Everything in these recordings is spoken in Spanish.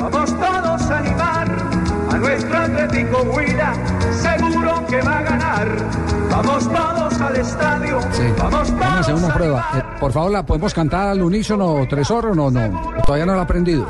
Vamos todos a animar a nuestro Atlético Huila, seguro que va a ganar. Vamos todos al estadio, Sí. vamos todos Vamos a hacer una a prueba. animar. Eh, por favor, ¿la podemos cantar al unísono tres horas o no? No, todavía no la ha aprendido.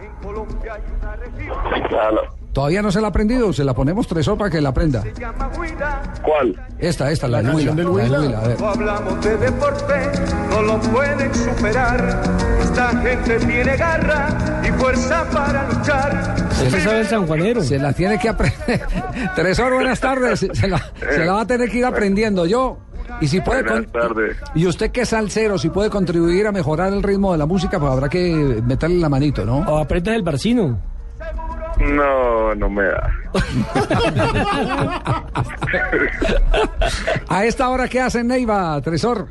En Colombia hay una región Claro. Todavía no se la ha aprendido. Se la ponemos tres horas para que la aprenda. que se llama Huila. ¿Cuál? Esta, esta, la, de Huila. La de Huila, a ver. No hablamos de deporte, no lo pueden superar. Esta gente tiene garra y fuerza para luchar. ¿Usted se sabe el sanjuanero? Se la tiene que aprender. tres horas, buenas tardes. Se la, se la va a tener que ir aprendiendo yo. Y si puede. Buenas tardes. Y usted que es salsero, si puede contribuir a mejorar el ritmo de la música, pues habrá que meterle la manito, ¿no? ¿O aprietas el barcino? No, no me da. A esta hora, ¿qué hacen, Neiva, Tresor?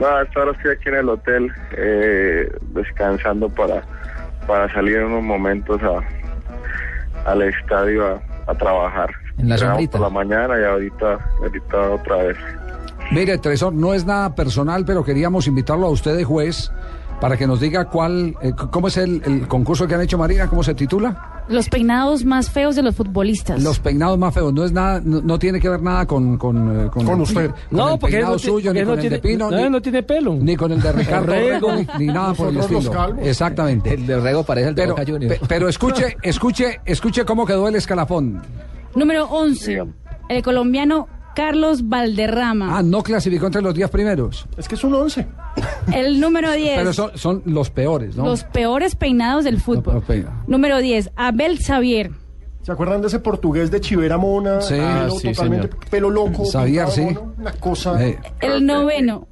No, hasta ahora estoy aquí en el hotel eh, descansando para, para salir en unos momentos a- al estadio a, a trabajar. En la Entrenamos sombrita. Por la mañana y ahorita, ahorita otra vez. Mire, Tresor, no es nada personal, pero queríamos invitarlo a usted de juez para que nos diga cuál, eh, c- cómo es el, el concurso que han hecho Marina, cómo se titula. Los peinados más feos de los futbolistas. Los peinados más feos, no es nada, no, no tiene que ver nada con con, eh, con, usted, no, No, el porque él peinado no, ti- suyo, ni él no con el tiene, de Pino, no, ni, él no tiene pelo. ni con el de Ricardo Rego. Rego, ni, ni nada por el estilo. Exactamente. El de Rego parece el de pero, Boca Juniors. pe- pero escuche, escuche, escuche cómo quedó el escalafón. Número 11. Dígame. El colombiano Carlos Valderrama. Ah, no clasificó entre los 10 primeros, El número 10. pero son, son los peores, ¿no? Los peores peinados del fútbol. Los peinados. Número 10. Abel Xavier. ¿Se acuerdan de ese portugués de Chivera Mona? Sí. pelo, Ah, sí, totalmente señor. pelo loco. Xavier, pintado sí. mono, Una cosa. Eh, El noveno.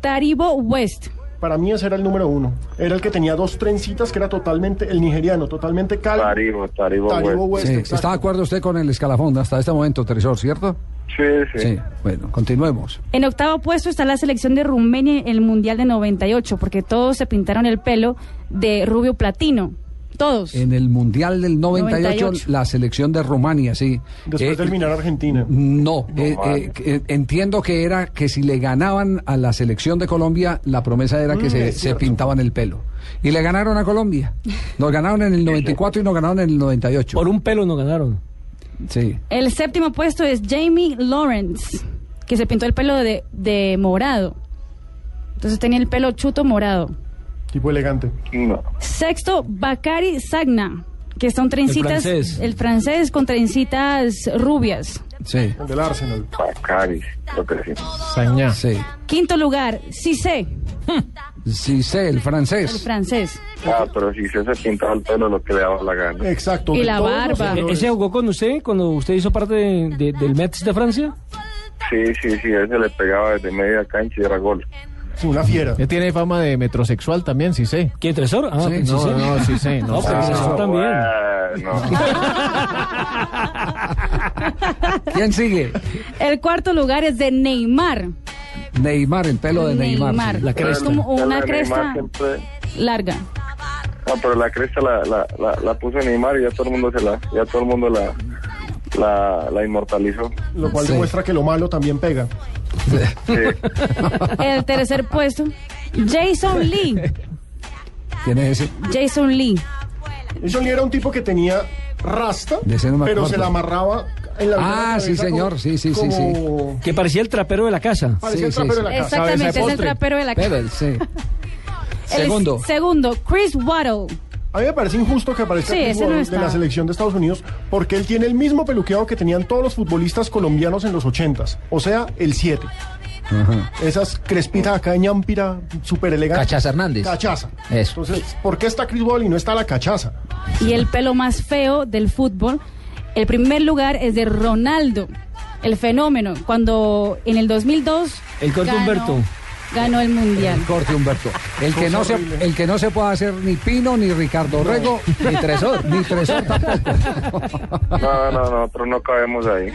Taribo West. Para mí ese era el número uno. Era el que tenía dos trencitas, que era totalmente el nigeriano, totalmente calvo. Taribo, Taribo. Taribo güey. West, sí, exacto. ¿Está de acuerdo usted con el escalafón hasta este momento, Tresor, cierto? Sí, sí. Sí, bueno, continuemos. En octavo puesto está la selección de Rumenia en el Mundial de 98, porque todos se pintaron el pelo de rubio platino. Todos. En el Mundial del 98, 98. la selección de Rumania, sí. Después Eh, de eliminar a Argentina. No, eh, vale. eh, eh, entiendo que era que si le ganaban a la selección de Colombia, la promesa era que se, se pintaban el pelo. Y le ganaron a Colombia. Nos ganaron en el 94 y nos ganaron en el 98. Por un pelo no ganaron. Sí. El séptimo puesto es Jamie Lawrence, que se pintó el pelo de, de morado. Entonces tenía el pelo chuto morado. Tipo elegante. No. Sexto, Bakari Sagna, que son trencitas. francés. el francés con trencitas rubias. Sí, El del Arsenal. Bacari, lo que sí. Sañá. sí. Quinto lugar, Cissé, Sí, sé, el el francés. francés. Ah, pero si se se pintaba el pelo lo que le daba la gana. Exacto. Y de la todos los barba. ¿E- colores. ¿Ese jugó con usted cuando usted hizo parte de- de- del Mets de Francia? Sí, sí, sí, ese le pegaba desde media cancha y era gol. Sí, una fiera. Él tiene fama de metrosexual también, sí sé. ¿Quién, Tresor? Ah, Sí, pues, No, sí, sí. no, sí sé. No, No, pero sí, eso sé. también. Ah, Bueno. ¿Quién sigue? El cuarto lugar es de Neymar, Neymar, el pelo de Neymar. Neymar. sí. La Es cresta. como una Pero cresta Neymar siempre- larga. No, pero la cresta la, la, la, la puso Neymar y ya todo el mundo se la, ya todo el mundo la, la, la inmortalizó. Lo cual Sí. demuestra que lo malo también pega. Sí. El tercer puesto, Jason Lee. ¿Quién es ese? Jason Lee. Eso Lee era un tipo que tenía rasta, De ese no me pero se acuerdo. la amarraba en la Ah, misma sí, cabeza señor, como- sí, sí, sí, sí. como- Que parecía el trapero de la casa. Parecía el Sí, sí, sí. trapero de la casa. Sabe, Exactamente, ese es el postre. trapero de la Pero, sí. El Segundo. segundo, Chris Waddle. A mí me parece injusto que aparezca Sí, el ese no jugador de está. la selección de Estados Unidos porque él tiene el mismo peluqueado que tenían todos los futbolistas colombianos en los 80s, o sea, el 7. Esas crespitas acá de ñampira, súper elegantes. Cachaza Hernández. Cachaza. Eso. Entonces, ¿por qué está Chris Ball y no está la cachaza? y el pelo más feo del fútbol. El primer lugar es de Ronaldo, el fenómeno, cuando en el 2002 El corte ganó- Humberto. ganó el mundial. Corte Humberto. El que, no se, horrible. el que no se pueda hacer ni Pino, ni Ricardo Rego, ni Tresor, ni Tresor tampoco. No, no, no, nosotros no cabemos ahí.